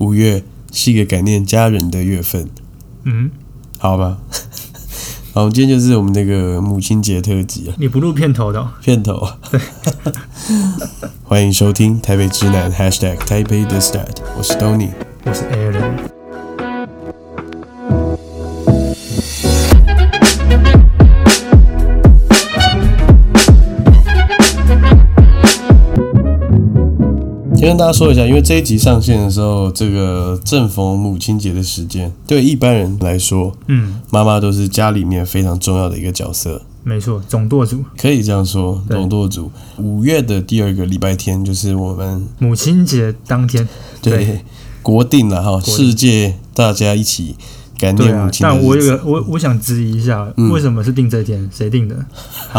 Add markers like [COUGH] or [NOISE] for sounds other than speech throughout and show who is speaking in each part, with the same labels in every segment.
Speaker 1: 五月是一个感念家人的月份，
Speaker 2: 嗯，
Speaker 1: 好吧？ [LAUGHS] 好，今天就是我们那个母亲节特辑啊，
Speaker 2: 你不录片头的哦、
Speaker 1: 片头
Speaker 2: [LAUGHS]
Speaker 1: 啊。欢迎收听台北直男 #hashtag 台北的 stat，我是 Tony。
Speaker 2: 我是 Aaron。
Speaker 1: 先跟大家说一下，因为这一集上线的时候，这个正逢母亲节的时间，对一般人来说，
Speaker 2: 嗯，
Speaker 1: 妈妈都是家里面非常重要的一个角色。
Speaker 2: 没错，总舵主，
Speaker 1: 可以这样说，
Speaker 2: 对
Speaker 1: 董舵主。五月的第二个礼拜天就是我们
Speaker 2: 母亲节当天。
Speaker 1: 对
Speaker 2: 对
Speaker 1: 国定了哈，世界大家一起感
Speaker 2: 对
Speaker 1: 念
Speaker 2: 啊
Speaker 1: 母，亲的
Speaker 2: 但我
Speaker 1: 日
Speaker 2: 有
Speaker 1: 子。
Speaker 2: 个我我想质疑一下，
Speaker 1: 嗯
Speaker 2: 为什么是定这一天？谁定的？ [LAUGHS]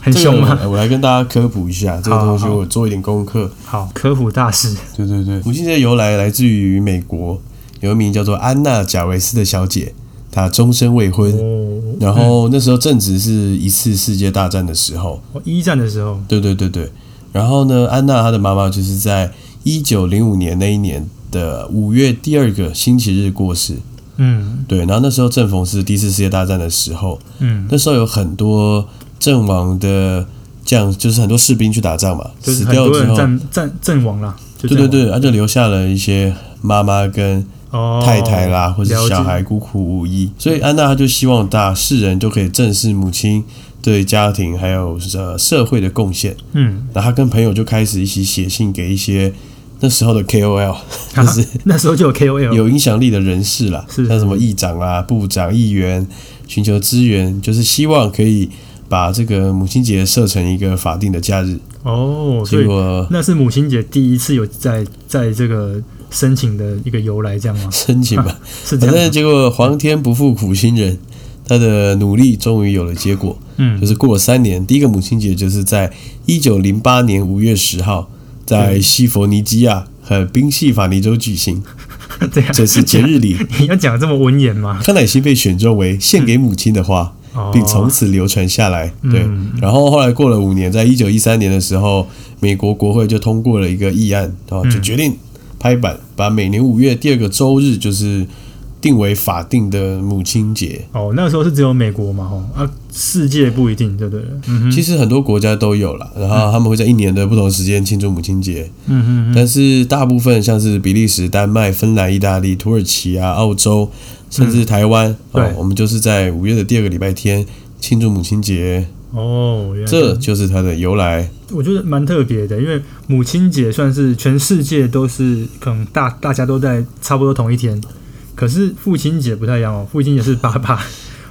Speaker 2: 很
Speaker 1: 这
Speaker 2: 凶
Speaker 1: 个
Speaker 2: 吗？
Speaker 1: 呃我来跟大家科普一
Speaker 2: [LAUGHS]
Speaker 1: 下这个
Speaker 2: 好
Speaker 1: 东西，
Speaker 2: 好
Speaker 1: 我做一点功课。
Speaker 2: 好，科普大师。
Speaker 1: 对对对，母亲节的由来来自于美国有一名叫做安娜·贾维斯的小姐，她终身未婚。
Speaker 2: 哦，
Speaker 1: 然后那时候正值是一次世界大战的时候，
Speaker 2: 我一战的时候，
Speaker 1: 对对对对。然后呢，安娜她的妈妈就是在一九零五年那一年的五月第二个星期日过世。
Speaker 2: 嗯
Speaker 1: 对，然后那时候正逢是第一次世界大战的时候，
Speaker 2: 嗯，
Speaker 1: 那时候有很多阵亡的将，就是很多士兵去打仗嘛，
Speaker 2: 就是
Speaker 1: 死
Speaker 2: 很
Speaker 1: 掉
Speaker 2: 多
Speaker 1: 之
Speaker 2: 人
Speaker 1: 后，
Speaker 2: 阵阵阵亡啦。就
Speaker 1: 对对
Speaker 2: 阵亡，
Speaker 1: 对，他、就留下了一些妈妈跟
Speaker 2: 哦，
Speaker 1: 太太啦，或者
Speaker 2: 了
Speaker 1: 是
Speaker 2: 解
Speaker 1: 小孩孤苦无依，所以安娜她就希望大世人都可以正视母亲对家庭还有呃社会的贡献。
Speaker 2: 嗯，
Speaker 1: 然后她跟朋友就开始一起写信给一些那时候的 KOL，
Speaker 2: 啊 [LAUGHS]
Speaker 1: 就是
Speaker 2: 那时候就有 KOL，
Speaker 1: 有影响力的人士啦，
Speaker 2: 嗯是
Speaker 1: 像什么议长啦、部长、议员，寻求资源，就是希望可以把这个母亲节设成一个法定的假日。
Speaker 2: 哦，所
Speaker 1: 结
Speaker 2: 以
Speaker 1: 果 [LAUGHS]
Speaker 2: 那是母亲节第一次有在在这个申请的一个由来，这样吗？
Speaker 1: 申请吧，
Speaker 2: 是 [LAUGHS] 这
Speaker 1: 反
Speaker 2: 样
Speaker 1: 正
Speaker 2: 吗，
Speaker 1: 结果皇天不负苦心人，他的努力终于有了结果，就
Speaker 2: 嗯，
Speaker 1: 是过了三年，第一个母亲节就是在一九零八年五月十号，在西佛尼基亚和宾夕法尼州举
Speaker 2: [LAUGHS]
Speaker 1: 行，
Speaker 2: 这样
Speaker 1: 这是节日礼。
Speaker 2: [LAUGHS] 你要讲这么文言吗？
Speaker 1: 康乃馨被选中为献给母亲的花。
Speaker 2: 哦
Speaker 1: 并从此流传下来。对，
Speaker 2: 嗯
Speaker 1: 然后后来过了五年，在一九一三年的时候，美国国会就通过了一个议案，啊，
Speaker 2: 嗯
Speaker 1: 就决定拍板，把每年五月第二个周日就是定为法定的母亲节。
Speaker 2: 哦，那时候是只有美国嘛，吼啊，世界不一定，对不对了？嗯哼，
Speaker 1: 其实很多国家都有啦，然后他们会在一年的不同时间庆祝母亲节，
Speaker 2: 嗯哼嗯哼，
Speaker 1: 但是大部分像是比利时、丹麦、芬兰、意大利、土耳其啊、澳洲，甚至台湾，
Speaker 2: 嗯对
Speaker 1: 哦，我们就是在五月的第二个礼拜天庆祝母亲节，
Speaker 2: 哦，原来
Speaker 1: 这就是它的由来。
Speaker 2: 我觉得蛮特别的，因为母亲节算是全世界都是可能大大家都在差不多同一天，可是父亲节不太一样哦，父亲节是八八，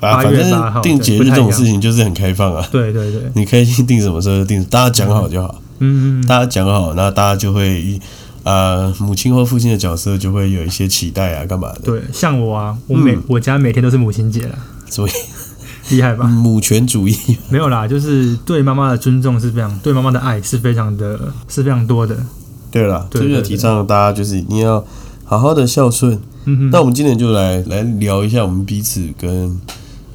Speaker 1: 啊，
Speaker 2: 8
Speaker 1: 反
Speaker 2: 月8号
Speaker 1: 正定节日这种事情就是很开放啊，
Speaker 2: [LAUGHS] 对对对，
Speaker 1: 你开心定什么时候就定，大家讲好就好，
Speaker 2: 嗯嗯，嗯
Speaker 1: 大家讲好，那大家就会一呃，母亲或父亲的角色就会有一些期待啊，干嘛的？
Speaker 2: 对，像我啊，
Speaker 1: 嗯
Speaker 2: 我每、我家每天都是母亲节了， [LAUGHS]
Speaker 1: 所以
Speaker 2: 厉害吧？
Speaker 1: 母权主义，
Speaker 2: 没有啦，就是对妈妈的尊重是非常，对妈妈的爱是非常的，是非常多的。
Speaker 1: 对啦，
Speaker 2: 对
Speaker 1: 这
Speaker 2: 对
Speaker 1: 就
Speaker 2: 对
Speaker 1: 提倡大家就是一定要好好的孝顺。
Speaker 2: 嗯
Speaker 1: 那我们今天就来来聊一下我们彼此跟。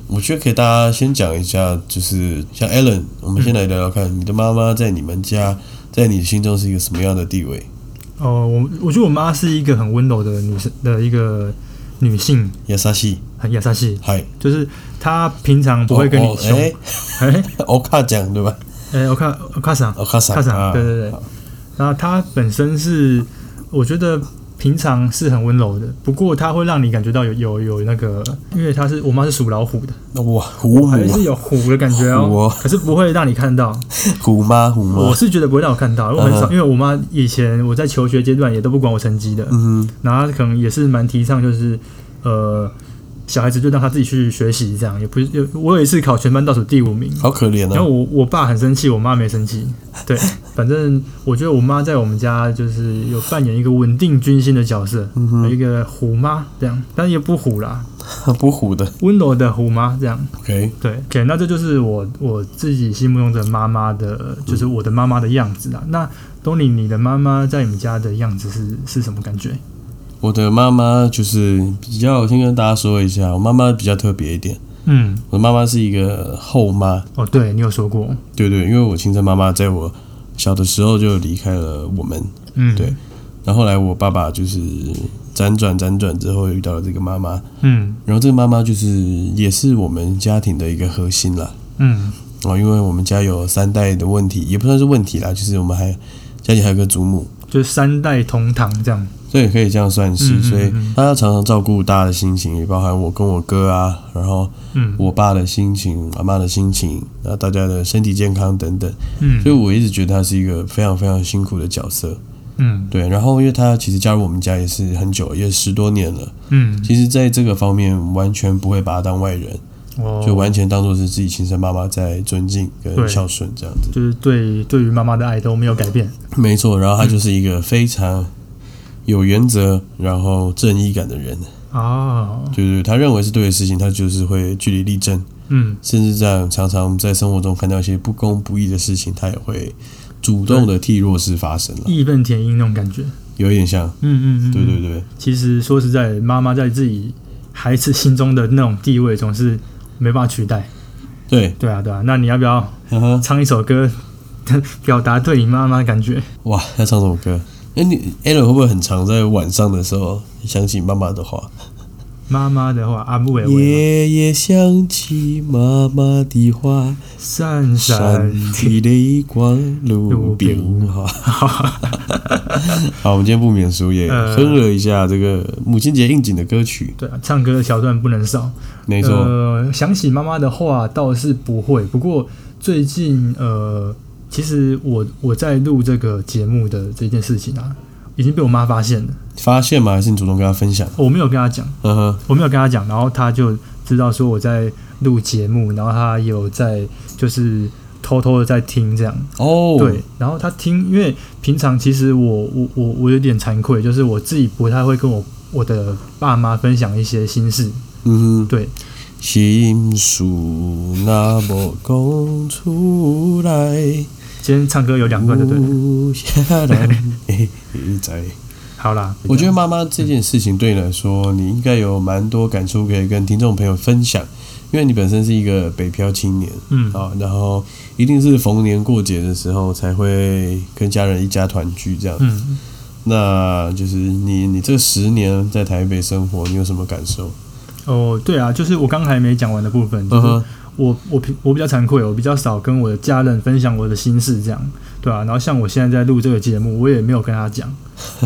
Speaker 1: 我觉得可以，大家先讲一下，就是像 Alan，我
Speaker 2: 嗯
Speaker 1: 们先来聊聊看，你的妈妈在你们家，在你心中是一个什么样的地位？
Speaker 2: 哼，哦，我我觉得我妈是一个很温柔的女生的一个女性，
Speaker 1: 亚莎西，
Speaker 2: 很雅萨系，
Speaker 1: 嗨，
Speaker 2: 就是她平常不会跟
Speaker 1: 哦
Speaker 2: 你
Speaker 1: 哦
Speaker 2: 凶。
Speaker 1: 哎
Speaker 2: 哎
Speaker 1: 欧卡奖对吧？
Speaker 2: 哎，我看我看啥？
Speaker 1: 欧卡桑，
Speaker 2: 卡桑
Speaker 1: 啊
Speaker 2: 对对对
Speaker 1: 好
Speaker 2: 然后她本身是，我觉得平常是很温柔的，不过她会让你感觉到有有有那个，因为她是我妈是属老虎的，
Speaker 1: 那哇，虎啊
Speaker 2: 还
Speaker 1: 母
Speaker 2: 是有虎的感觉
Speaker 1: 虎
Speaker 2: 哦
Speaker 1: 哦，
Speaker 2: 可是不会让你看到。
Speaker 1: 虎妈虎
Speaker 2: 我
Speaker 1: 妈，
Speaker 2: 是觉得不会让我看到，因为我很
Speaker 1: 嗯
Speaker 2: 少，因为我妈以前我在求学阶段也都不管我成绩的，
Speaker 1: 嗯，
Speaker 2: 然后她可能也是蛮提倡就是，呃，小孩子就让他自己去学习这样，也不是有我有一次考全班倒数第五名，
Speaker 1: 好可怜
Speaker 2: 然
Speaker 1: 啊！
Speaker 2: 后我我爸很生气，我妈没生气，对， [LAUGHS] 反正我觉得我妈在我们家就是有扮演一个稳定军心的角色，有一个虎妈这样，但也不虎啦，
Speaker 1: 不虎的
Speaker 2: 温柔的虎妈这样，
Speaker 1: ，OK，
Speaker 2: 对，OK，那这就是我我自己心目中的妈妈的，就是我的妈妈的样子啦。那东尼，你的妈妈在你们家的样子是是什么感觉？
Speaker 1: 我的妈妈就是比较，先跟大家说一下，我妈妈比较特别一点，
Speaker 2: 嗯，
Speaker 1: 我的妈妈是一个后妈，
Speaker 2: 哦，对你有说过，
Speaker 1: 对对，因为我亲生妈妈在我小的时候就离开了我们，
Speaker 2: 嗯，
Speaker 1: 对然后后来我爸爸就是辗转辗转之后遇到了这个妈妈，
Speaker 2: 嗯
Speaker 1: 然后这个妈妈就是也是我们家庭的一个核心啦。
Speaker 2: 嗯
Speaker 1: 哦，因为我们家有三代的问题，也不算是问题啦，就是我们还家里还有个祖母，
Speaker 2: 就是三代同堂这样，
Speaker 1: 这也可以这样算是，
Speaker 2: 嗯嗯嗯
Speaker 1: 所以她要常常照顾大家的心情，也包含我跟我哥啊，然后
Speaker 2: 嗯
Speaker 1: 我爸的心情、阿妈的心情，然后大家的身体健康等等，所
Speaker 2: 嗯
Speaker 1: 以我一直觉得她是一个非常非常辛苦的角色。
Speaker 2: 嗯
Speaker 1: 对，然后因为她其实加入我们家也是很久，也十多年了，
Speaker 2: 嗯，
Speaker 1: 其实在这个方面完全不会把她当外人，
Speaker 2: 哦
Speaker 1: 就完全当做是自己亲生妈妈在尊敬跟
Speaker 2: 对
Speaker 1: 孝顺这样子。
Speaker 2: 就是对对于妈妈的爱都没有改变，
Speaker 1: 没错，然后他就是一个非常有原则，然后正义感的人，
Speaker 2: 哦，
Speaker 1: 就是他认为是对的事情，他就是会据理力争，
Speaker 2: 嗯
Speaker 1: 甚至这样常常在生活中看到一些不公不义的事情，他也会主动的替弱势发声了，
Speaker 2: 义愤填膺那种感觉，
Speaker 1: 有一点像，
Speaker 2: 嗯嗯嗯嗯，
Speaker 1: 对对对，
Speaker 2: 其实说实在，妈妈在自己孩子心中的那种地位总是没办法取代。
Speaker 1: 对，
Speaker 2: 对啊，对啊。那你要不要
Speaker 1: 哈哈，
Speaker 2: 唱一首歌， [LAUGHS] 表达对你妈妈的感觉？
Speaker 1: 哇，要唱什么歌？那你 a l 会不会很常在晚上的时候想起妈妈的话？
Speaker 2: 妈妈的话，阿木伟伟，
Speaker 1: 夜夜想起妈妈的话，
Speaker 2: 闪
Speaker 1: 闪
Speaker 2: 闪。
Speaker 1: 的泪光如冰哈。 [LAUGHS] 好，我们今天不免俗也
Speaker 2: 呃
Speaker 1: 哼了一下这个母亲节应景的歌曲，
Speaker 2: [LAUGHS] 对啊，唱歌的桥段不能少。
Speaker 1: 没错，
Speaker 2: 呃，想起妈妈的话倒是不会，不过最近呃，其实我我在录这个节目的这件事情啊，已经被我妈发现了。
Speaker 1: 发现吗？还是你主动跟他分享？
Speaker 2: 我没有跟她讲，
Speaker 1: 呵呵，
Speaker 2: 我没有跟他讲，然后他就知道说我在录节目，然后他有在就是偷偷的在听这样，
Speaker 1: 哦，
Speaker 2: 对，然后他听，因为平常其实我我我我有点惭愧，就是我自己不太会跟我我的爸妈分享一些心事，
Speaker 1: 嗯哼，
Speaker 2: 对，
Speaker 1: 心事那无讲出来，
Speaker 2: 今天唱歌有两段，对不对？
Speaker 1: 有啥人
Speaker 2: [LAUGHS]
Speaker 1: 会知？
Speaker 2: 好啦，
Speaker 1: 我觉得妈妈这件事情对你来说，你应该有蛮多感触可以跟听众朋友分享，因为你本身是一个北漂青年。
Speaker 2: 嗯，
Speaker 1: 啊，然后一定是逢年过节的时候才会跟家人一家团聚这样。
Speaker 2: 嗯，
Speaker 1: 那就是你你这十年在台北生活，你有什么感受？
Speaker 2: 哦，对啊，就是我刚才没讲完的部分，
Speaker 1: 嗯
Speaker 2: 就是
Speaker 1: 哼，
Speaker 2: 我我比我比较惭愧，哦我比较少跟我的家人分享我的心事，这样对啊，然后像我现在在录这个节目，我也没有跟他讲，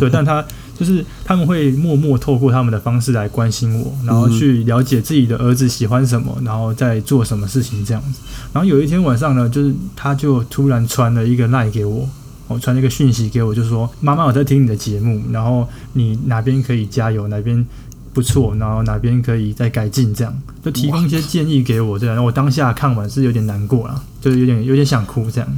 Speaker 2: 对，但他就是他们会默默透过他们的方式来关心我，然
Speaker 1: 嗯
Speaker 2: 后去了解自己的儿子喜欢什么，然后在做什么事情这样子。然后有一天晚上呢，就是他就突然传了一个赖给我。我传了一个讯息给我，就说妈妈，我在听你的节目，然后你哪边可以加油，哪边不错，然后哪边可以再改进，这样就提供一些建议给我，这样。然后我当下看完是有点难过了，就是有点有点想哭，这样，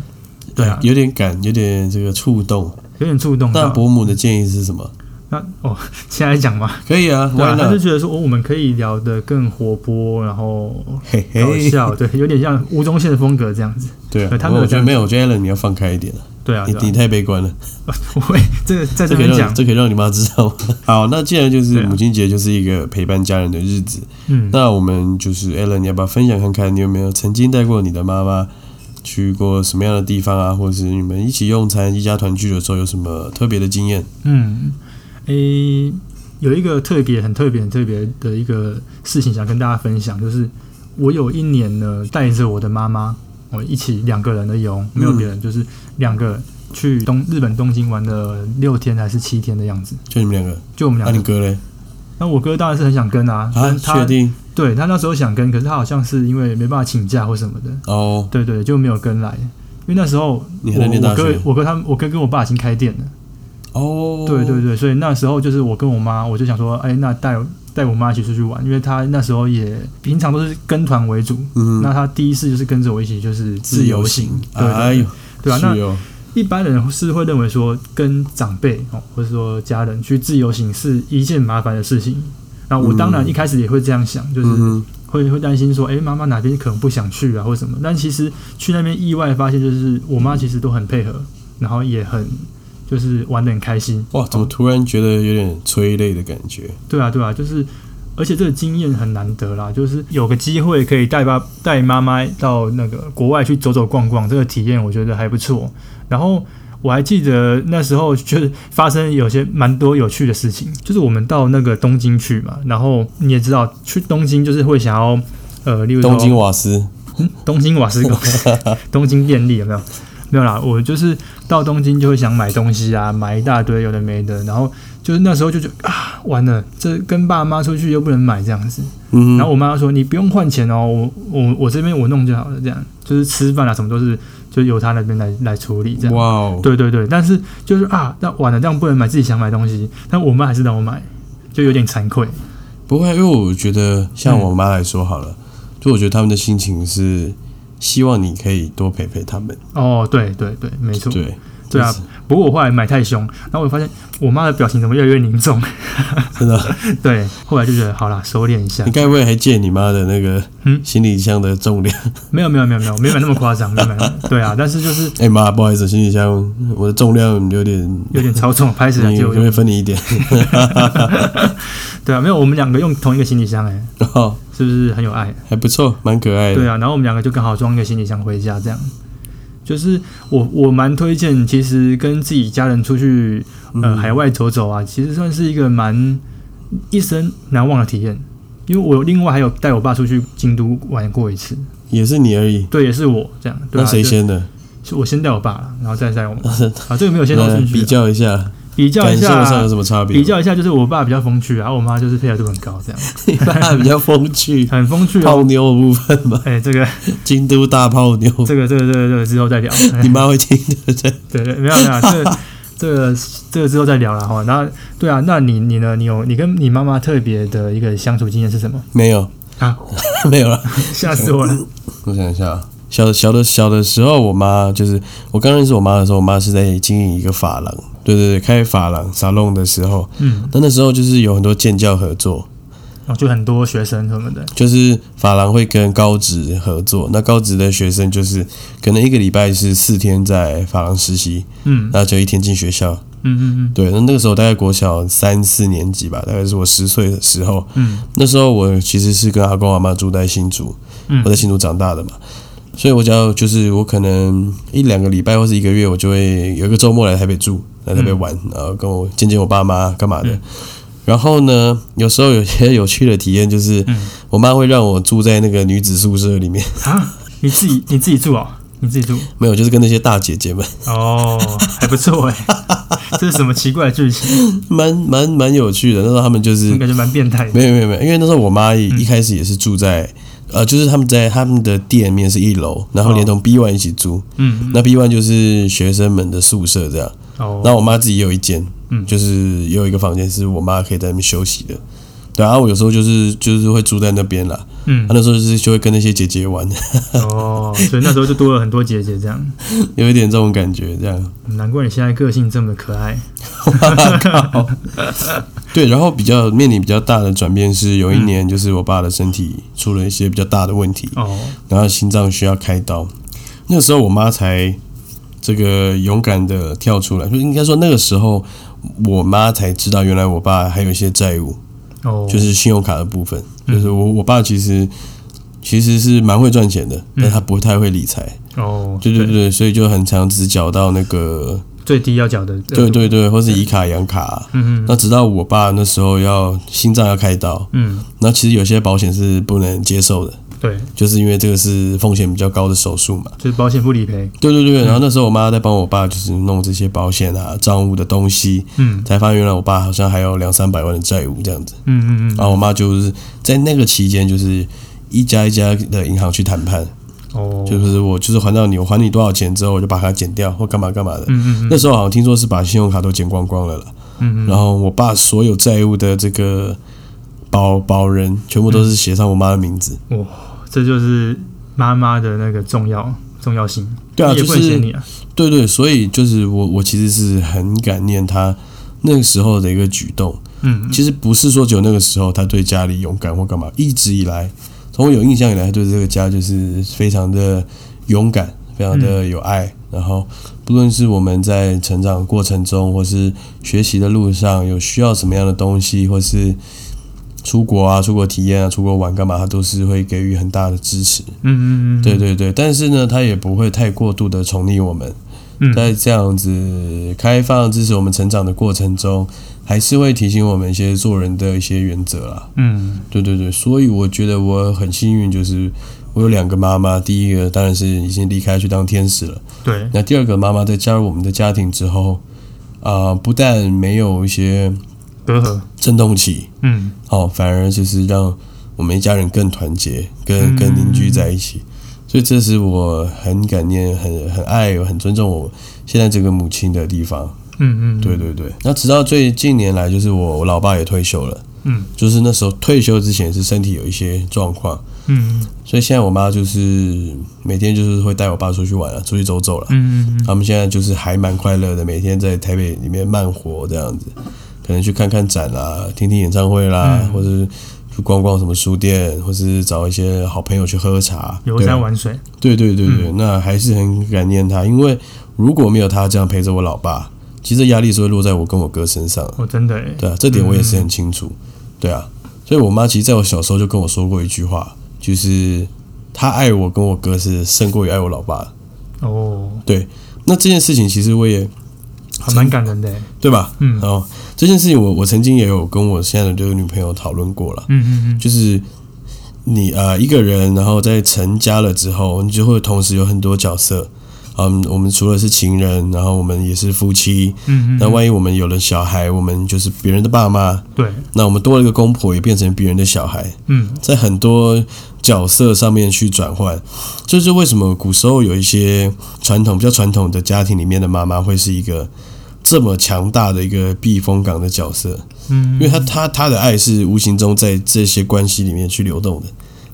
Speaker 2: 对啊嗯
Speaker 1: 有点感，有点这个触动。
Speaker 2: 有点触动
Speaker 1: 那
Speaker 2: 到。
Speaker 1: 伯母的建议是什么？
Speaker 2: 那哦， [LAUGHS] 现在讲嘛，
Speaker 1: 可以啊
Speaker 2: 对
Speaker 1: ，Why
Speaker 2: 啊，他就
Speaker 1: not？
Speaker 2: 觉得说哦，我们可以聊得更活泼，然后
Speaker 1: 嘿
Speaker 2: 搞
Speaker 1: 嘿，
Speaker 2: 笑，对，有点像吴宗宪的风格这样子。
Speaker 1: 对啊，不
Speaker 2: 对他
Speaker 1: 过
Speaker 2: 没有
Speaker 1: 我觉
Speaker 2: 这
Speaker 1: 得
Speaker 2: 样
Speaker 1: 没有，我觉得 Allen 你要放开一点了，
Speaker 2: 对啊，
Speaker 1: 你
Speaker 2: 对
Speaker 1: 你
Speaker 2: 啊，
Speaker 1: 太悲观了，
Speaker 2: [LAUGHS] 我会这个
Speaker 1: 这
Speaker 2: 在这
Speaker 1: 可以
Speaker 2: 边
Speaker 1: 让
Speaker 2: 讲
Speaker 1: 你，这可以让你妈知道。好，那既然就是
Speaker 2: 对啊
Speaker 1: 母亲节就是一个陪伴家人的日子，
Speaker 2: 嗯，
Speaker 1: 那我们就是 Alan，你要不要分享看看，你有没有曾经带过你的妈妈去过什么样的地方啊，或者是你们一起用餐、一家团聚的时候有什么特别的经验？
Speaker 2: 嗯，诶、有一个特别、很特别、很特别的一个事情想跟大家分享，就是我有一年呢，带着我的妈妈，我一起两个人的游，没有别人，就是两个人去东日本东京玩了六天还是七天的样子，
Speaker 1: 就你们两个，
Speaker 2: 就我们
Speaker 1: 那、
Speaker 2: 两
Speaker 1: 啊你
Speaker 2: 个。
Speaker 1: 哥嘞？
Speaker 2: 那我哥当然是很想跟啊，
Speaker 1: 啊，
Speaker 2: 但他
Speaker 1: 确定？
Speaker 2: 对他那时候想跟，可是他好像是因为没办法请假或什么的，
Speaker 1: 哦，
Speaker 2: 对对，就没有跟来。因为那时候
Speaker 1: 你还
Speaker 2: 我
Speaker 1: 在念
Speaker 2: 我
Speaker 1: 大
Speaker 2: 哥
Speaker 1: 学？
Speaker 2: 我哥他们我哥跟我爸已经开店了。
Speaker 1: 哦，
Speaker 2: 对对，对，所以那时候就是我跟我妈，我就想说，哎，那带带我妈一起出去玩，因为她那时候也平常都是跟团为主，
Speaker 1: 嗯，
Speaker 2: 那她第一次就是跟着我一起就是自由行，对对
Speaker 1: 哎呦，
Speaker 2: 对啊，
Speaker 1: 是
Speaker 2: 那
Speaker 1: 哦，
Speaker 2: 一般人是会认为说跟长辈哦，或者说家人去自由行是一件麻烦的事情。那我当然
Speaker 1: 嗯
Speaker 2: 一开始也会这样想，就是
Speaker 1: 嗯哼，
Speaker 2: 会会担心说，哎，妈妈哪边可能不想去啊，或什么。但其实去那边意外发现，就是我妈其实都很配合，然后也很就是玩的很开心。
Speaker 1: 哇，怎么突然觉得有点催泪的感觉？
Speaker 2: 对啊，对啊，就是，而且这个经验很难得啦，就是有个机会可以带爸带妈妈到那个国外去走走逛逛，这个体验我觉得还不错。然后我还记得那时候就是发生有些蛮多有趣的事情，就是我们到那个东京去嘛，然后你也知道，去东京就是会想要呃，例如说
Speaker 1: 东京瓦斯，
Speaker 2: 嗯东京瓦斯公
Speaker 1: [LAUGHS]
Speaker 2: 司、东京电力有没有？没有啦，我就是到东京就会想买东西啊，买一大堆有的没的，然后就是那时候就觉得啊，完了，这跟爸妈出去又不能买这样子。
Speaker 1: 嗯
Speaker 2: 然后
Speaker 1: 哼，
Speaker 2: 我妈说：“你不用换钱哦，我我我这边我弄就好了，这样就是吃饭啊什么都是就由他那边来来处理这样。”
Speaker 1: 哇哦，
Speaker 2: 对对对，但是就是啊，那完了，这样不能买自己想买东西，但我妈还是让我买，就有点惭愧。
Speaker 1: 不会，因为我觉得
Speaker 2: 嗯
Speaker 1: 像我妈来说好了，就我觉得他们的心情是希望你可以多陪陪他们，
Speaker 2: 哦，对对对，没错。
Speaker 1: 对，
Speaker 2: 对啊
Speaker 1: 就是，
Speaker 2: 不过我后来买太凶，然后我发现我妈的表情怎么越来越凝重。 [LAUGHS]
Speaker 1: 真的， [LAUGHS]
Speaker 2: 对，后来就觉得好啦，收敛一下
Speaker 1: 你。该不会还借你妈的那个
Speaker 2: 嗯
Speaker 1: 行李箱的重量？ [LAUGHS]
Speaker 2: 没有没有没有没有，没买那么夸张，没买那么。对啊，但是就是
Speaker 1: 哎、妈，不好意思，行李箱我的重量有点，
Speaker 2: 有点超重，拍起来
Speaker 1: 你可
Speaker 2: 就
Speaker 1: 不可以分你一
Speaker 2: [LAUGHS]
Speaker 1: 点？ [LAUGHS]
Speaker 2: 对啊，没有，我们两个用同一个行李箱哎、
Speaker 1: 哦，
Speaker 2: 是不是很有爱？
Speaker 1: 还不错，蛮可爱的。
Speaker 2: 对啊，然后我们两个就刚好装一个行李箱回家，这样。就是我我蛮推荐，其实跟自己家人出去呃
Speaker 1: 嗯
Speaker 2: 海外走走啊，其实算是一个蛮一生难忘的体验。因为我另外还有带我爸出去京都玩过一次，
Speaker 1: 也是你而已。
Speaker 2: 对，也是我这样。对啊、
Speaker 1: 那谁先的？
Speaker 2: 就？就我先带我爸了，然后再带我妈。啊，这个没有先后
Speaker 1: 那
Speaker 2: 顺序啊、
Speaker 1: 比较一
Speaker 2: [LAUGHS]
Speaker 1: 下，
Speaker 2: 比较
Speaker 1: 感
Speaker 2: 一
Speaker 1: 受上有
Speaker 2: 下，
Speaker 1: 什么差别？
Speaker 2: 比较一下，就是我爸比较风趣，然啊后我妈就是配合度很高，这样
Speaker 1: 你爸比较风
Speaker 2: [LAUGHS]
Speaker 1: 趣，
Speaker 2: 很风趣
Speaker 1: 泡
Speaker 2: 哦。
Speaker 1: 妞的部分嘛，
Speaker 2: 哎、这个
Speaker 1: 京都大泡
Speaker 2: [LAUGHS]
Speaker 1: 妞，
Speaker 2: 这个这个这个这个之后
Speaker 1: [LAUGHS]
Speaker 2: 再聊。
Speaker 1: 你妈会听的，对不
Speaker 2: 对对，没有没有，这个这个这个之后再聊了哈。那对啊，那你你呢？你有你跟你妈妈特别的一个相处经验是什么
Speaker 1: 没有， [LAUGHS]
Speaker 2: 啊？
Speaker 1: 没有了。
Speaker 2: [LAUGHS] 吓死
Speaker 1: [LAUGHS]
Speaker 2: 我了！
Speaker 1: 我想一下啊，小小的小的时候，我妈就是我刚认识我妈的时候，我妈是在经营一个发廊，对对对，开发廊沙龙的时候，
Speaker 2: 嗯，
Speaker 1: 那那时候就是有很多建教合作，
Speaker 2: 哦，就很多学生什么的，
Speaker 1: 就是发廊会跟高职合作，那高职的学生就是可能一个礼拜是四天在发廊实习，
Speaker 2: 嗯
Speaker 1: 然后就一天进学校。
Speaker 2: 嗯嗯
Speaker 1: 对，那那个时候大概国小三四年级吧，大概是我十岁的时候，
Speaker 2: 嗯
Speaker 1: 那时候我其实是跟阿公阿妈住在新竹，
Speaker 2: 嗯
Speaker 1: 我在新竹长大的嘛，所以我只要就是我可能一两个礼拜或是一个月，我就会有一个周末来台北住，来台北玩，然后跟我见见我爸妈干嘛的。
Speaker 2: 嗯
Speaker 1: 然后呢，有时候有些有趣的体验就是，
Speaker 2: 嗯
Speaker 1: 我妈会让我住在那个女子宿舍里面， [LAUGHS]
Speaker 2: 嗯啊，你自己你自己住哦，你自己住
Speaker 1: 没有，就是跟那些大姐姐们， [LAUGHS]
Speaker 2: 哦，还不错哎，这是什么奇怪的剧情？
Speaker 1: 嗯蛮蛮蛮有趣的。那时候他们就是
Speaker 2: 应该就蛮变态的。
Speaker 1: 没有没有没有，因为那时候我妈
Speaker 2: 嗯
Speaker 1: 一一开始也是住在，呃，就是他们在他们的店面是一楼，然后连同 B one 一起租。
Speaker 2: 哦嗯
Speaker 1: 那 B one 就是学生们的宿舍这样。
Speaker 2: 哦，
Speaker 1: 那我妈自己也有一间，
Speaker 2: 嗯
Speaker 1: 就是也有一个房间是我妈可以在那边休息的。对啊，然后我有时候就是就是会住在那边啦。
Speaker 2: 嗯
Speaker 1: 她那时候就是就会跟那些姐姐玩， [LAUGHS]
Speaker 2: 哦，所以那时候就多了很多姐姐这样，
Speaker 1: 有一点这种感觉这样。
Speaker 2: 难怪你现在个性这么可
Speaker 1: [LAUGHS]
Speaker 2: 爱。
Speaker 1: 对，然后比较面临比较大的转变是，有一
Speaker 2: 嗯
Speaker 1: 年就是我爸的身体出了一些比较大的问题，
Speaker 2: 哦，
Speaker 1: 然后心脏需要开刀。那个时候我妈才这个勇敢的跳出来，就应该说那个时候我妈才知道，原来我爸还有一些债务，
Speaker 2: 哦，
Speaker 1: 就是信用卡的部分。就是我我爸其实其实是蛮会赚钱的，但他不太会理财。
Speaker 2: 哦，
Speaker 1: 对嗯对对，所以就很常只缴到那个
Speaker 2: 最低要缴的，
Speaker 1: 对，对对，或是以卡养卡。
Speaker 2: 嗯
Speaker 1: 那直到我爸那时候要心脏要开刀，
Speaker 2: 嗯，
Speaker 1: 那其实有些保险是不能接受的，
Speaker 2: 嗯，对，
Speaker 1: 就是因为这个是风险比较高的手术嘛。
Speaker 2: 就是保险不理赔，
Speaker 1: 对对对，然后那时候我妈在帮我爸就是弄这些保险啊、账务的东西，
Speaker 2: 嗯
Speaker 1: 才发现原来我爸好像还有两三百万的债务这样子。
Speaker 2: 嗯嗯嗯，
Speaker 1: 然后我妈就是在那个期间，就是一家一家的银行去谈判，
Speaker 2: 哦，
Speaker 1: 就是我就是还到你，我还你多少钱之后，我就把它减掉或干嘛干嘛的。
Speaker 2: 嗯嗯
Speaker 1: 那时候好像听说是把信用卡都减光光了啦，
Speaker 2: 嗯嗯，
Speaker 1: 然后我爸所有债务的这个保保人全部都是写上我妈的名字。
Speaker 2: 嗯这就是妈妈的那个重要重要性，
Speaker 1: 对啊，
Speaker 2: 也
Speaker 1: 就
Speaker 2: 不能嫌
Speaker 1: 是
Speaker 2: 你啊，
Speaker 1: 对对，所以就是我我其实是很感念他那个时候的一个举动。
Speaker 2: 嗯，
Speaker 1: 其实不是说只有那个时候他对家里勇敢或干嘛，一直以来，从我有印象以来，他对这个家就是非常的勇敢，非常的有爱。然后，不论是我们在成长过程中，或是学习的路上，有需要什么样的东西，或是出国啊、出国体验啊、出国玩干嘛，他都是会给予很大的支持。
Speaker 2: 嗯嗯嗯，
Speaker 1: 对，对对，但是呢，他也不会太过度的宠溺我们。
Speaker 2: 嗯，
Speaker 1: 在这样子开放支持我们成长的过程中，还是会提醒我们一些做人的一些原则啦。
Speaker 2: 嗯，
Speaker 1: 对对对，所以我觉得我很幸运，就是我有两个妈妈，第一个当然是已经离开去当天使了，
Speaker 2: 对，
Speaker 1: 那第二个妈妈在加入我们的家庭之后，啊、不但没有一些
Speaker 2: 隔阂，
Speaker 1: 震动期，
Speaker 2: 嗯，
Speaker 1: 哦，反而就是让我们一家人更团结，跟
Speaker 2: 嗯
Speaker 1: 跟凝聚在一起。所以这是我很感念、很很爱、很尊重我现在这个母亲的地方。
Speaker 2: 嗯嗯，
Speaker 1: 对，对对。那直到最近年来，就是我我老爸也退休了，
Speaker 2: 嗯
Speaker 1: 就是那时候退休之前是身体有一些状况，
Speaker 2: 嗯
Speaker 1: 所以现在我妈就是每天就是会带我爸出去玩啊，出去走走了。
Speaker 2: 嗯嗯
Speaker 1: 他们现在就是还蛮快乐的，每天在台北里面慢活这样子，可能去看看展啦，听听演唱会啦，
Speaker 2: 嗯
Speaker 1: 或者是去逛逛什么书店，或是找一些好朋友去喝茶，
Speaker 2: 游
Speaker 1: 对啊
Speaker 2: 山玩嗯水，
Speaker 1: 对对对对，那还是很感念他，因为如果没有他这样陪着我老爸，其实压力是会落在我跟我哥身上的，
Speaker 2: 哦，真的耶，
Speaker 1: 对啊，这点我也是很清楚，
Speaker 2: 嗯
Speaker 1: 对啊，所以我妈其实在我小时候就跟我说过一句话，就是她爱我跟我哥是胜过于爱我老爸的。
Speaker 2: 哦，
Speaker 1: 那这件事情其实我也
Speaker 2: 还蛮感人的耶，
Speaker 1: 对吧？
Speaker 2: 嗯
Speaker 1: 然后这件事情我，我曾经也有跟我现在的这个女朋友讨论过了，
Speaker 2: 嗯嗯
Speaker 1: 就是你呃一个人，然后在成家了之后，你就会同时有很多角色。嗯，我们除了是情人，然后我们也是夫妻。
Speaker 2: 嗯嗯
Speaker 1: 那
Speaker 2: 嗯，
Speaker 1: 万一我们有了小孩，我们就是别人的爸妈。
Speaker 2: 对，
Speaker 1: 那我们多了一个公婆，也变成别人的小孩，
Speaker 2: 嗯
Speaker 1: 在很多角色上面去转换。这就是为什么古时候有一些传统比较传统的家庭里面的妈妈会是一个这么强大的一个避风港的角色。
Speaker 2: 嗯，
Speaker 1: 因为他他他的爱是无形中在这些关系里面去流动的，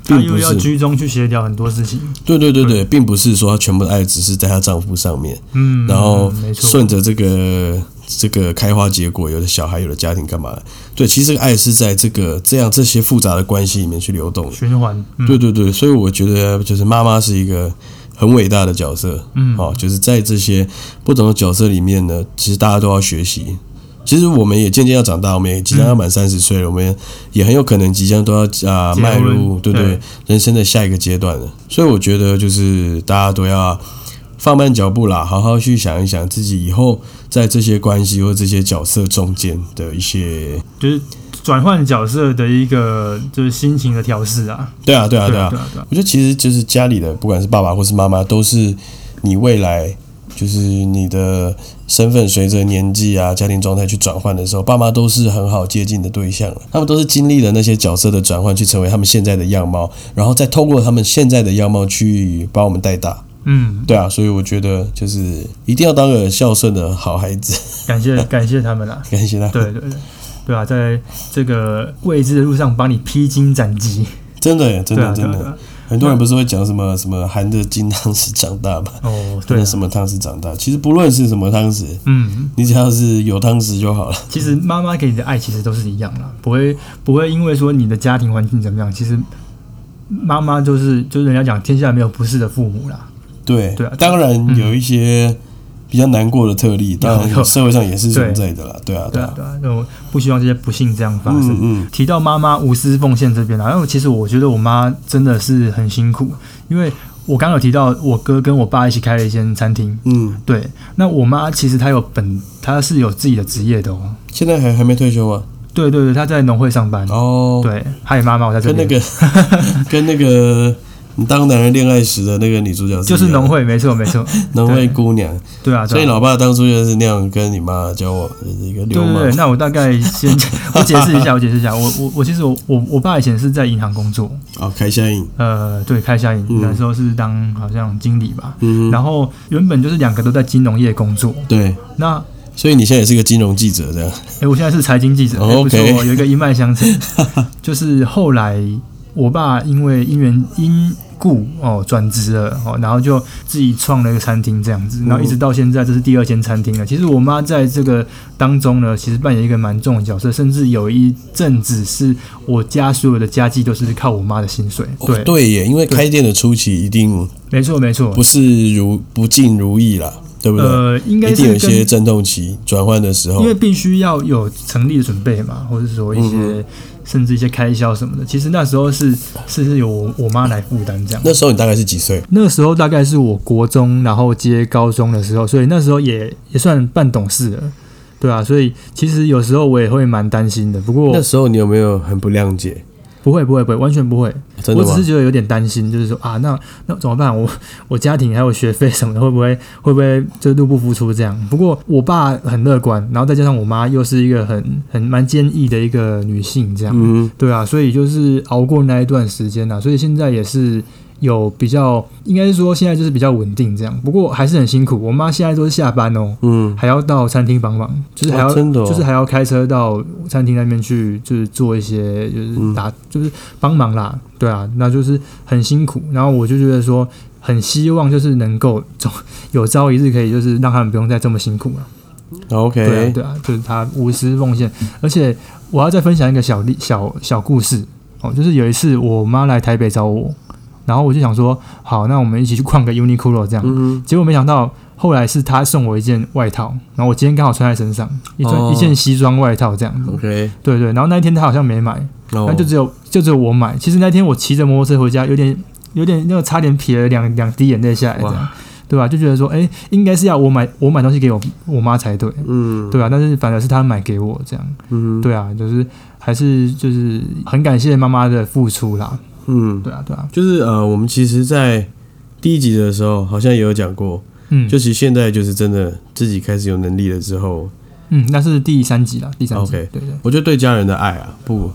Speaker 2: 他
Speaker 1: 并
Speaker 2: 又
Speaker 1: 不
Speaker 2: 要
Speaker 1: 是
Speaker 2: 居中去协调很多事情，
Speaker 1: 对对对对，并不是说她全部的爱只是在她丈夫上面，
Speaker 2: 嗯，
Speaker 1: 然后
Speaker 2: 没错，
Speaker 1: 顺着这个这个开花结果，有的小孩，有的家庭干嘛的？对，其实爱是在这个这样这些复杂的关系里面去流动的。
Speaker 2: 循环，嗯
Speaker 1: 对，对对，所以我觉得就是妈妈是一个很伟大的角色，
Speaker 2: 嗯，
Speaker 1: 哦，就是在这些不同的角色里面呢，其实大家都要学习。其实我们也渐渐要长大，我们也即将要满三十岁了，我们也很有可能即将都要啊、
Speaker 2: 结婚
Speaker 1: 迈入对对
Speaker 2: 对
Speaker 1: 人生的下一个阶段了。所以我觉得就是大家都要放慢脚步啦，好好去想一想自己以后在这些关系或这些角色中间的一些。
Speaker 2: 就是转换角色的一个就是心情的调试啊，
Speaker 1: 对啊，对啊，对
Speaker 2: 啊
Speaker 1: 啊
Speaker 2: 对，啊对啊，
Speaker 1: 我觉得其实就是家里的，不管是爸爸或是妈妈，都是你未来就是你的身份随着年纪啊、家庭状态去转换的时候，爸妈都是很好接近的对象了。他们都是经历了那些角色的转换，去成为他们现在的样貌，然后再透过他们现在的样貌去把我们带大。
Speaker 2: 嗯，
Speaker 1: 对啊，所以我觉得就是一定要当个孝顺的好孩子，
Speaker 2: 感
Speaker 1: 啊
Speaker 2: 谢感谢他们啦。
Speaker 1: 感谢他们。
Speaker 2: 对对对，对啊，在这个未知的路上帮你披荆斩棘，
Speaker 1: 真的耶，真
Speaker 2: 对啊，
Speaker 1: 的，
Speaker 2: 对
Speaker 1: 真
Speaker 2: 啊，对
Speaker 1: 的
Speaker 2: 啊，
Speaker 1: 很多人不是会讲什么什么含着金汤匙长大嘛，
Speaker 2: 哦，
Speaker 1: 含
Speaker 2: 对啊
Speaker 1: 着，什么汤匙长大？其实不论是什么汤匙，
Speaker 2: 嗯，
Speaker 1: 你只要是有汤匙就好了。 [LAUGHS]
Speaker 2: 其实妈妈给你的爱其实都是一样啦，不会不会因为说你的家庭环境怎么样，其实妈妈就是就是人家讲天下没有不是的父母啦，
Speaker 1: 对，
Speaker 2: 对啊
Speaker 1: 当然有一些比较难过的特
Speaker 2: [LAUGHS]
Speaker 1: 例，当
Speaker 2: 有
Speaker 1: 然社会上也是存在的啦。对啊，
Speaker 2: 对啊
Speaker 1: 啊，
Speaker 2: 对啊，那我不希望这些不幸这样发生
Speaker 1: 嗯。嗯，
Speaker 2: 提到妈妈无私奉献这边啦，然后其实我觉得我妈真的是很辛苦，因为我刚刚有提到我哥跟我爸一起开了一间餐厅，
Speaker 1: 嗯，
Speaker 2: 对，那我妈其实她有本，她是有自己的职业的哦。
Speaker 1: 现在还还没退休吗？
Speaker 2: 对对对，她在农会上班。
Speaker 1: 哦，
Speaker 2: 对，她也妈妈我在这
Speaker 1: 跟那
Speaker 2: 边。
Speaker 1: 个
Speaker 2: [LAUGHS]
Speaker 1: 跟那个你当男人恋爱时的那个女主角
Speaker 2: 就是
Speaker 1: 一样的
Speaker 2: 农会，没错没错。
Speaker 1: 农会姑娘，
Speaker 2: 对啊，
Speaker 1: 所
Speaker 2: 对
Speaker 1: 以 [LAUGHS]
Speaker 2: 啊。
Speaker 1: 老爸当初就是那样跟你妈交往，就是一个
Speaker 2: 对
Speaker 1: 流
Speaker 2: 对对，
Speaker 1: 氓。
Speaker 2: 那我大概先我解释一下，我解释一下，我我我其实我我我爸以前是在银行工作，
Speaker 1: 哦，开下瘾，
Speaker 2: 呃，对，开下银，
Speaker 1: 嗯
Speaker 2: 那时候是当好像经理吧，
Speaker 1: 嗯，
Speaker 2: 然后原本就是两个都在金融业工作，
Speaker 1: 对，
Speaker 2: 那
Speaker 1: 所以你现在也是个金融记者这样。
Speaker 2: 哎、我现在是财经记者，
Speaker 1: 哦
Speaker 2: 诶不
Speaker 1: OK
Speaker 2: 错，有一个一脉相
Speaker 1: [LAUGHS]
Speaker 2: 承。就是后来我爸因为因缘因故哦转职了哦，然后就自己创了一个餐厅这样子，然后一
Speaker 1: 哦
Speaker 2: 直到现在这是第二间餐厅了。其实我妈在这个当中呢，其实扮演一个蛮重的角色，甚至有一阵子是我家所有的家计都是靠我妈的薪水。
Speaker 1: 哦
Speaker 2: 对，
Speaker 1: 对耶，因为开店的初期一定
Speaker 2: 没错没错，
Speaker 1: 不是如不尽如意啦。对不对？
Speaker 2: 呃，应该
Speaker 1: 一
Speaker 2: 是
Speaker 1: 定有一
Speaker 2: 跟
Speaker 1: 些阵痛期转换的时候
Speaker 2: 因为，必须要有成立的准备嘛，或者说一些、
Speaker 1: 嗯
Speaker 2: 甚至一些开销什么的。其实那时候是是是由我我妈来负担这样。
Speaker 1: 那时候你大概是几岁？
Speaker 2: 那时候大概是我国中，然后接高中的时候，所以那时候也也算半懂事了，对啊，所以其实有时候我也会蛮担心的，不过
Speaker 1: 那时候你有没有很不谅解？
Speaker 2: 不会不会不会，完全不会。
Speaker 1: 真的
Speaker 2: 我只
Speaker 1: 吗
Speaker 2: 是？觉得有点担心，就是说啊，那那怎么办？我我家庭还有学费什么的，会不会会不会就入不敷出这样？不过我爸很乐观，然后再加上我妈又是一个很很蛮坚毅的一个女性，这样、
Speaker 1: 嗯，
Speaker 2: 对啊，所以就是熬过那一段时间呐、所以现在也是。有比较，应该是说现在就是比较稳定这样，不过还是很辛苦。我妈现在都是下班哦，
Speaker 1: 嗯，
Speaker 2: 还要到餐厅帮忙，就是还要、
Speaker 1: 哦真的哦
Speaker 2: 就是还要开车到餐厅那边去，就是做一些
Speaker 1: 嗯
Speaker 2: 就是打、就是帮忙啦，对啊，那就是很辛苦。然后我就觉得说，很希望就是能够总有朝一日可以就是让他们不用再这么辛苦了。对啊
Speaker 1: OK，，
Speaker 2: 对啊，就是他无私奉献。而且我要再分享一个小
Speaker 1: 嗯
Speaker 2: 例小小故事哦，就是有一次我妈来台北找我，然后我就想说，好，那我们一起去逛个 Uniqlo 这样。
Speaker 1: 嗯，
Speaker 2: 结果没想到后来是他送我一件外套，然后我今天刚好穿在身上，一件、
Speaker 1: 哦
Speaker 2: 一件西装外套这样子。
Speaker 1: OK，
Speaker 2: 对对，然后那一天他好像没买，
Speaker 1: 那
Speaker 2: 那就只有就只有我买。其实那天我骑着摩托车回家，有点有点那个差点撇了两两滴眼泪下来，这样
Speaker 1: 哇，
Speaker 2: 对吧？就觉得说，哎，应该是要我买我买东西给我我妈才对，
Speaker 1: 嗯，
Speaker 2: 对吧？但是反而是他买给我这样，
Speaker 1: 嗯，
Speaker 2: 对啊，就是还是就是很感谢妈妈的付出啦，
Speaker 1: 嗯，
Speaker 2: 对啊对啊，
Speaker 1: 就是呃，我们其实，在第一集的时候好像也有讲过，
Speaker 2: 嗯，
Speaker 1: 就其实现在就是真的自己开始有能力了之后，
Speaker 2: 嗯，那是第三集啦，第三集
Speaker 1: OK
Speaker 2: 对对，
Speaker 1: 我觉得对家人的爱啊，不，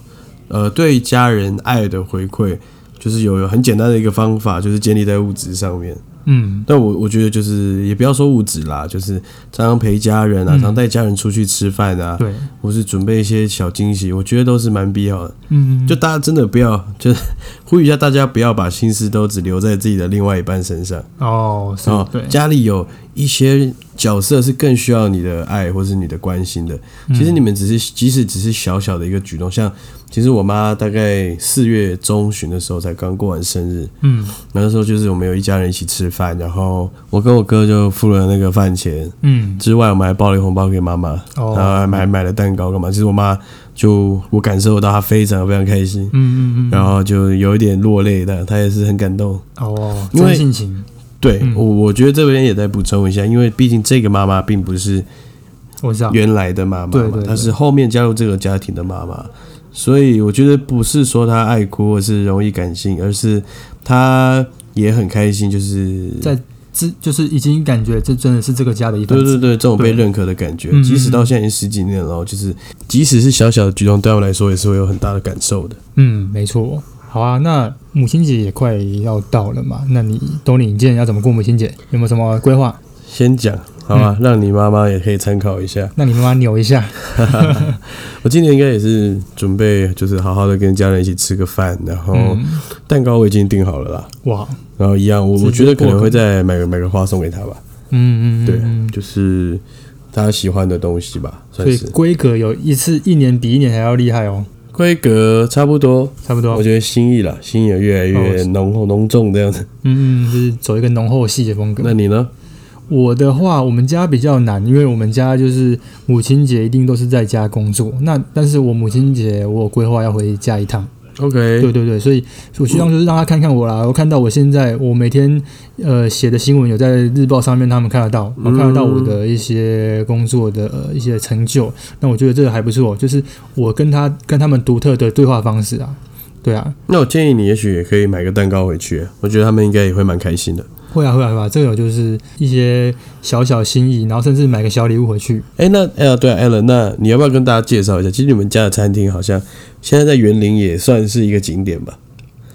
Speaker 1: 呃，对家人爱的回馈，就是有有很简单的一个方法，就是建立在物质上面。
Speaker 2: 嗯。
Speaker 1: 但我我觉得就是也不要说物质啦，就是常常陪家人啊，
Speaker 2: 嗯
Speaker 1: 常带家人出去吃饭啊，
Speaker 2: 对，
Speaker 1: 或是准备一些小惊喜，我觉得都是蛮必要的。
Speaker 2: 嗯，
Speaker 1: 就大家真的不要，就是呼吁一下大家不要把心思都只留在自己的另外一半身上。
Speaker 2: 哦，是
Speaker 1: 哦，
Speaker 2: 对，
Speaker 1: 家里有一些角色是更需要你的爱或是你的关心的。
Speaker 2: 嗯
Speaker 1: 其实你们只是，即使只是小小的一个举动，像其实我妈大概四月中旬的时候才刚过完生日，
Speaker 2: 嗯
Speaker 1: 那时候就是我们有一家人一起吃饭，然后我跟我哥就付了那个饭钱。
Speaker 2: 嗯，
Speaker 1: 之外，我们还包了一个红包给妈妈，
Speaker 2: 哦
Speaker 1: 然后还买买了蛋糕干嘛？其实我妈就我感受到她非常非常开心，
Speaker 2: 嗯嗯嗯，
Speaker 1: 然后就有一点落泪的，她也是很感动。
Speaker 2: 哦，
Speaker 1: 因为
Speaker 2: 真性情，
Speaker 1: 对、
Speaker 2: 嗯
Speaker 1: 我，我觉得这边也再补充一下，因为毕竟这个妈妈并不是
Speaker 2: 我知道，
Speaker 1: 原来的妈妈嘛，
Speaker 2: 啊对对对
Speaker 1: 她是后面加入这个家庭的妈妈，所以我觉得不是说她爱哭或是容易感性，而是她也很开心，就是
Speaker 2: 在这就是已经感觉这真的是这个家的一份
Speaker 1: 对
Speaker 2: 子，
Speaker 1: 对对，这种被认可的感觉
Speaker 2: 对，嗯
Speaker 1: 即使到现在已经十几年了哦，就是即使是小小的举动，对我来说也是会有很大的感受的。
Speaker 2: 嗯，没错。好啊，那母亲节也快要到了嘛，那你懂你今年要怎么过母亲节？有没有什么规划？
Speaker 1: 先讲好
Speaker 2: 嗯
Speaker 1: 吧，让你妈妈也可以参考一
Speaker 2: [LAUGHS]
Speaker 1: 下。
Speaker 2: 那你妈妈扭一下，
Speaker 1: 我今年应该也是准备，就是好好的跟家人一起吃个饭，然后
Speaker 2: 嗯，
Speaker 1: 蛋糕我已经订好了啦。
Speaker 2: 哇，
Speaker 1: 然后一样，我
Speaker 2: 直接
Speaker 1: 我觉得可能会再买个买个花送给他吧，
Speaker 2: 嗯嗯，
Speaker 1: 对
Speaker 2: 嗯，
Speaker 1: 就是他喜欢的东西吧，
Speaker 2: 所
Speaker 1: 啊算
Speaker 2: 以
Speaker 1: 是
Speaker 2: 规格有一次一年比一年还要厉害哦，
Speaker 1: 规格差不多。哦
Speaker 2: 差不多
Speaker 1: 我，觉得心意啦，心意也越来越浓厚浓重这样子。
Speaker 2: 嗯嗯，就是走一个浓厚系的风格。
Speaker 1: [LAUGHS] 那你呢？
Speaker 2: 我的话，我们家比较难，因为我们家就是母亲节一定都是在家工作。那但是我母亲节我有规划要回家一趟，对
Speaker 1: OK，
Speaker 2: 对对，所以我希望就是让他看看我啦。我看到我现在我每天呃写的新闻有在日报上面他们看得到，我看得到我的一些工作的、呃、一些成就。那我觉得这个还不错，就是我跟他跟他们独特的对话方式啊，对啊，
Speaker 1: 那我建议你也许也可以买个蛋糕回去，我觉得他们应该也会蛮开心的。
Speaker 2: 会啊会啊会啊，这个有就是一些小小心意，然后甚至买个小礼物回去。
Speaker 1: 哎，那哎呀，对啊，Allen，那你要不要跟大家介绍一下？其实你们家的餐厅好像现在在园林也算是一个景点吧？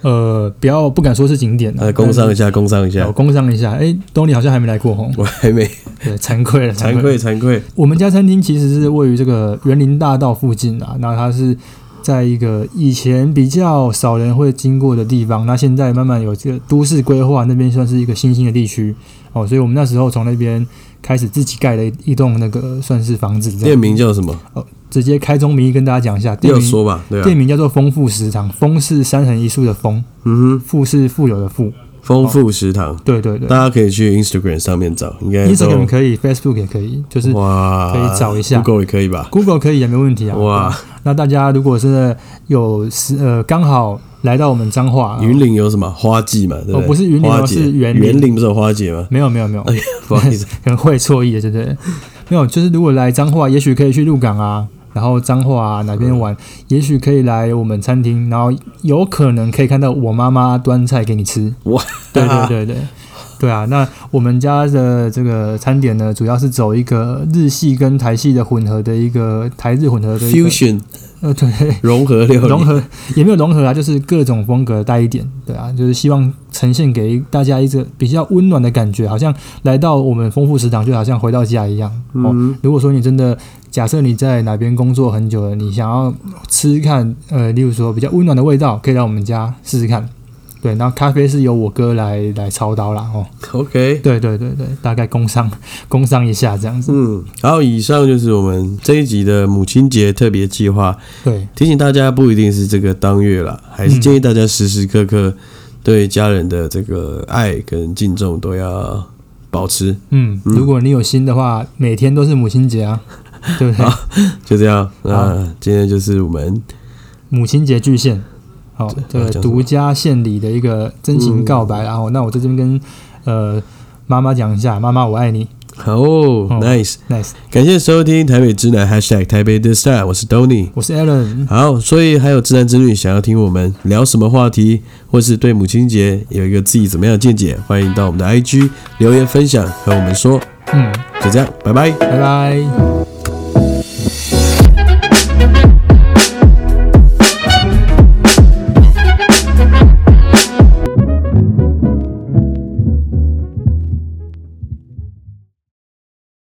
Speaker 2: 呃，不要不敢说是景点啊
Speaker 1: 呃，工商一
Speaker 2: 但
Speaker 1: 下，工商一
Speaker 2: 是，我
Speaker 1: 下，
Speaker 2: 工商一下。哎、东尼好像还没来过吼，
Speaker 1: 我还没
Speaker 2: 对，惭愧了，
Speaker 1: 惭愧惭 [LAUGHS] 愧。
Speaker 2: 我们家餐厅其实是位于这个园林大道附近啊，那它是在一个以前比较少人会经过的地方，那现在慢慢有这个都市规划，那边算是一个新兴的地区哦，所以我们那时候从那边开始自己盖了一一栋那个算是房子，这
Speaker 1: 店
Speaker 2: 样
Speaker 1: 名叫什么？
Speaker 2: 直接开宗明义跟大家讲一下，店
Speaker 1: 要
Speaker 2: 名
Speaker 1: 说吧，对啊，
Speaker 2: 店名叫做丰富食堂，丰是三横一竖的丰，
Speaker 1: 嗯哼，
Speaker 2: 富是富有的富，
Speaker 1: 丰富食堂，
Speaker 2: 对对对
Speaker 1: 大家可以去 Instagram 上面找，应该都
Speaker 2: ，Instagram 可以，Facebook 也可以，就是
Speaker 1: 哇，
Speaker 2: 可以找一下
Speaker 1: Google 也可以吧？
Speaker 2: Google 可以也没问题啊。
Speaker 1: 哇
Speaker 2: 对啊，那大家如果真的有时呃刚好来到我们彰化，
Speaker 1: 云林有什么花季嘛？对
Speaker 2: 哦
Speaker 1: 对？
Speaker 2: 不是云林哦
Speaker 1: 花节
Speaker 2: 是园林
Speaker 1: 园林不是有花节吗？
Speaker 2: 没有没有没有，
Speaker 1: 哎呀， [LAUGHS] 不好意
Speaker 2: [LAUGHS]
Speaker 1: 思，
Speaker 2: 可能会错意的，对不对？没有，就是如果来彰化，也许可以去鹿港啊，然后彰化啊哪边玩，也许可以来我们餐厅，然后有可能可以看到我妈妈端菜给你吃。
Speaker 1: 哇，
Speaker 2: 对对对对。对啊，那我们家的这个餐点呢，主要是走一个日系跟台系的混合的一个台日混合的一个
Speaker 1: ，fusion
Speaker 2: 呃，对，
Speaker 1: 融合料理，
Speaker 2: 融合也没有融合啊，就是各种风格带一点，对啊，就是希望呈现给大家一个比较温暖的感觉，好像来到我们丰富食堂，就好像回到家一样。哦，
Speaker 1: 嗯
Speaker 2: 如果说你真的假设你在哪边工作很久了，你想要吃吃看，呃，例如说比较温暖的味道，可以来我们家试试看。对，然后咖啡是由我哥来来操刀啦，哦，
Speaker 1: ，OK。
Speaker 2: 对对对对，大概工商工商一下这样子，
Speaker 1: 嗯，好，以上就是我们这一集的母亲节特别计划。
Speaker 2: 对
Speaker 1: 提醒大家，不一定是这个当月啦，还是建议大家时时刻刻对家人的这个爱跟敬重都要保持。
Speaker 2: 嗯，如果你有心的话，每天都是母亲节啊，对不对？
Speaker 1: 就这样，那今天就是我们
Speaker 2: 母亲节巨献，好、这
Speaker 1: 要
Speaker 2: 个
Speaker 1: 讲什么嗯
Speaker 2: 独家献礼的一个真情告白啦，然后、那我在这边跟呃妈妈讲一下，妈妈我爱你
Speaker 1: 好、哦、，nice，
Speaker 2: ，nice，
Speaker 1: 感谢收听台北之南 #hashtag 台北 this time，我是 Tony。
Speaker 2: 我是 Alan，
Speaker 1: 好，所以还有直男之女想要听我们聊什么话题，或是对母亲节有一个自己怎么样的见解，欢迎到我们的 IG 留言分享和我们说。
Speaker 2: 嗯，
Speaker 1: 就这样，拜拜。
Speaker 2: 拜拜。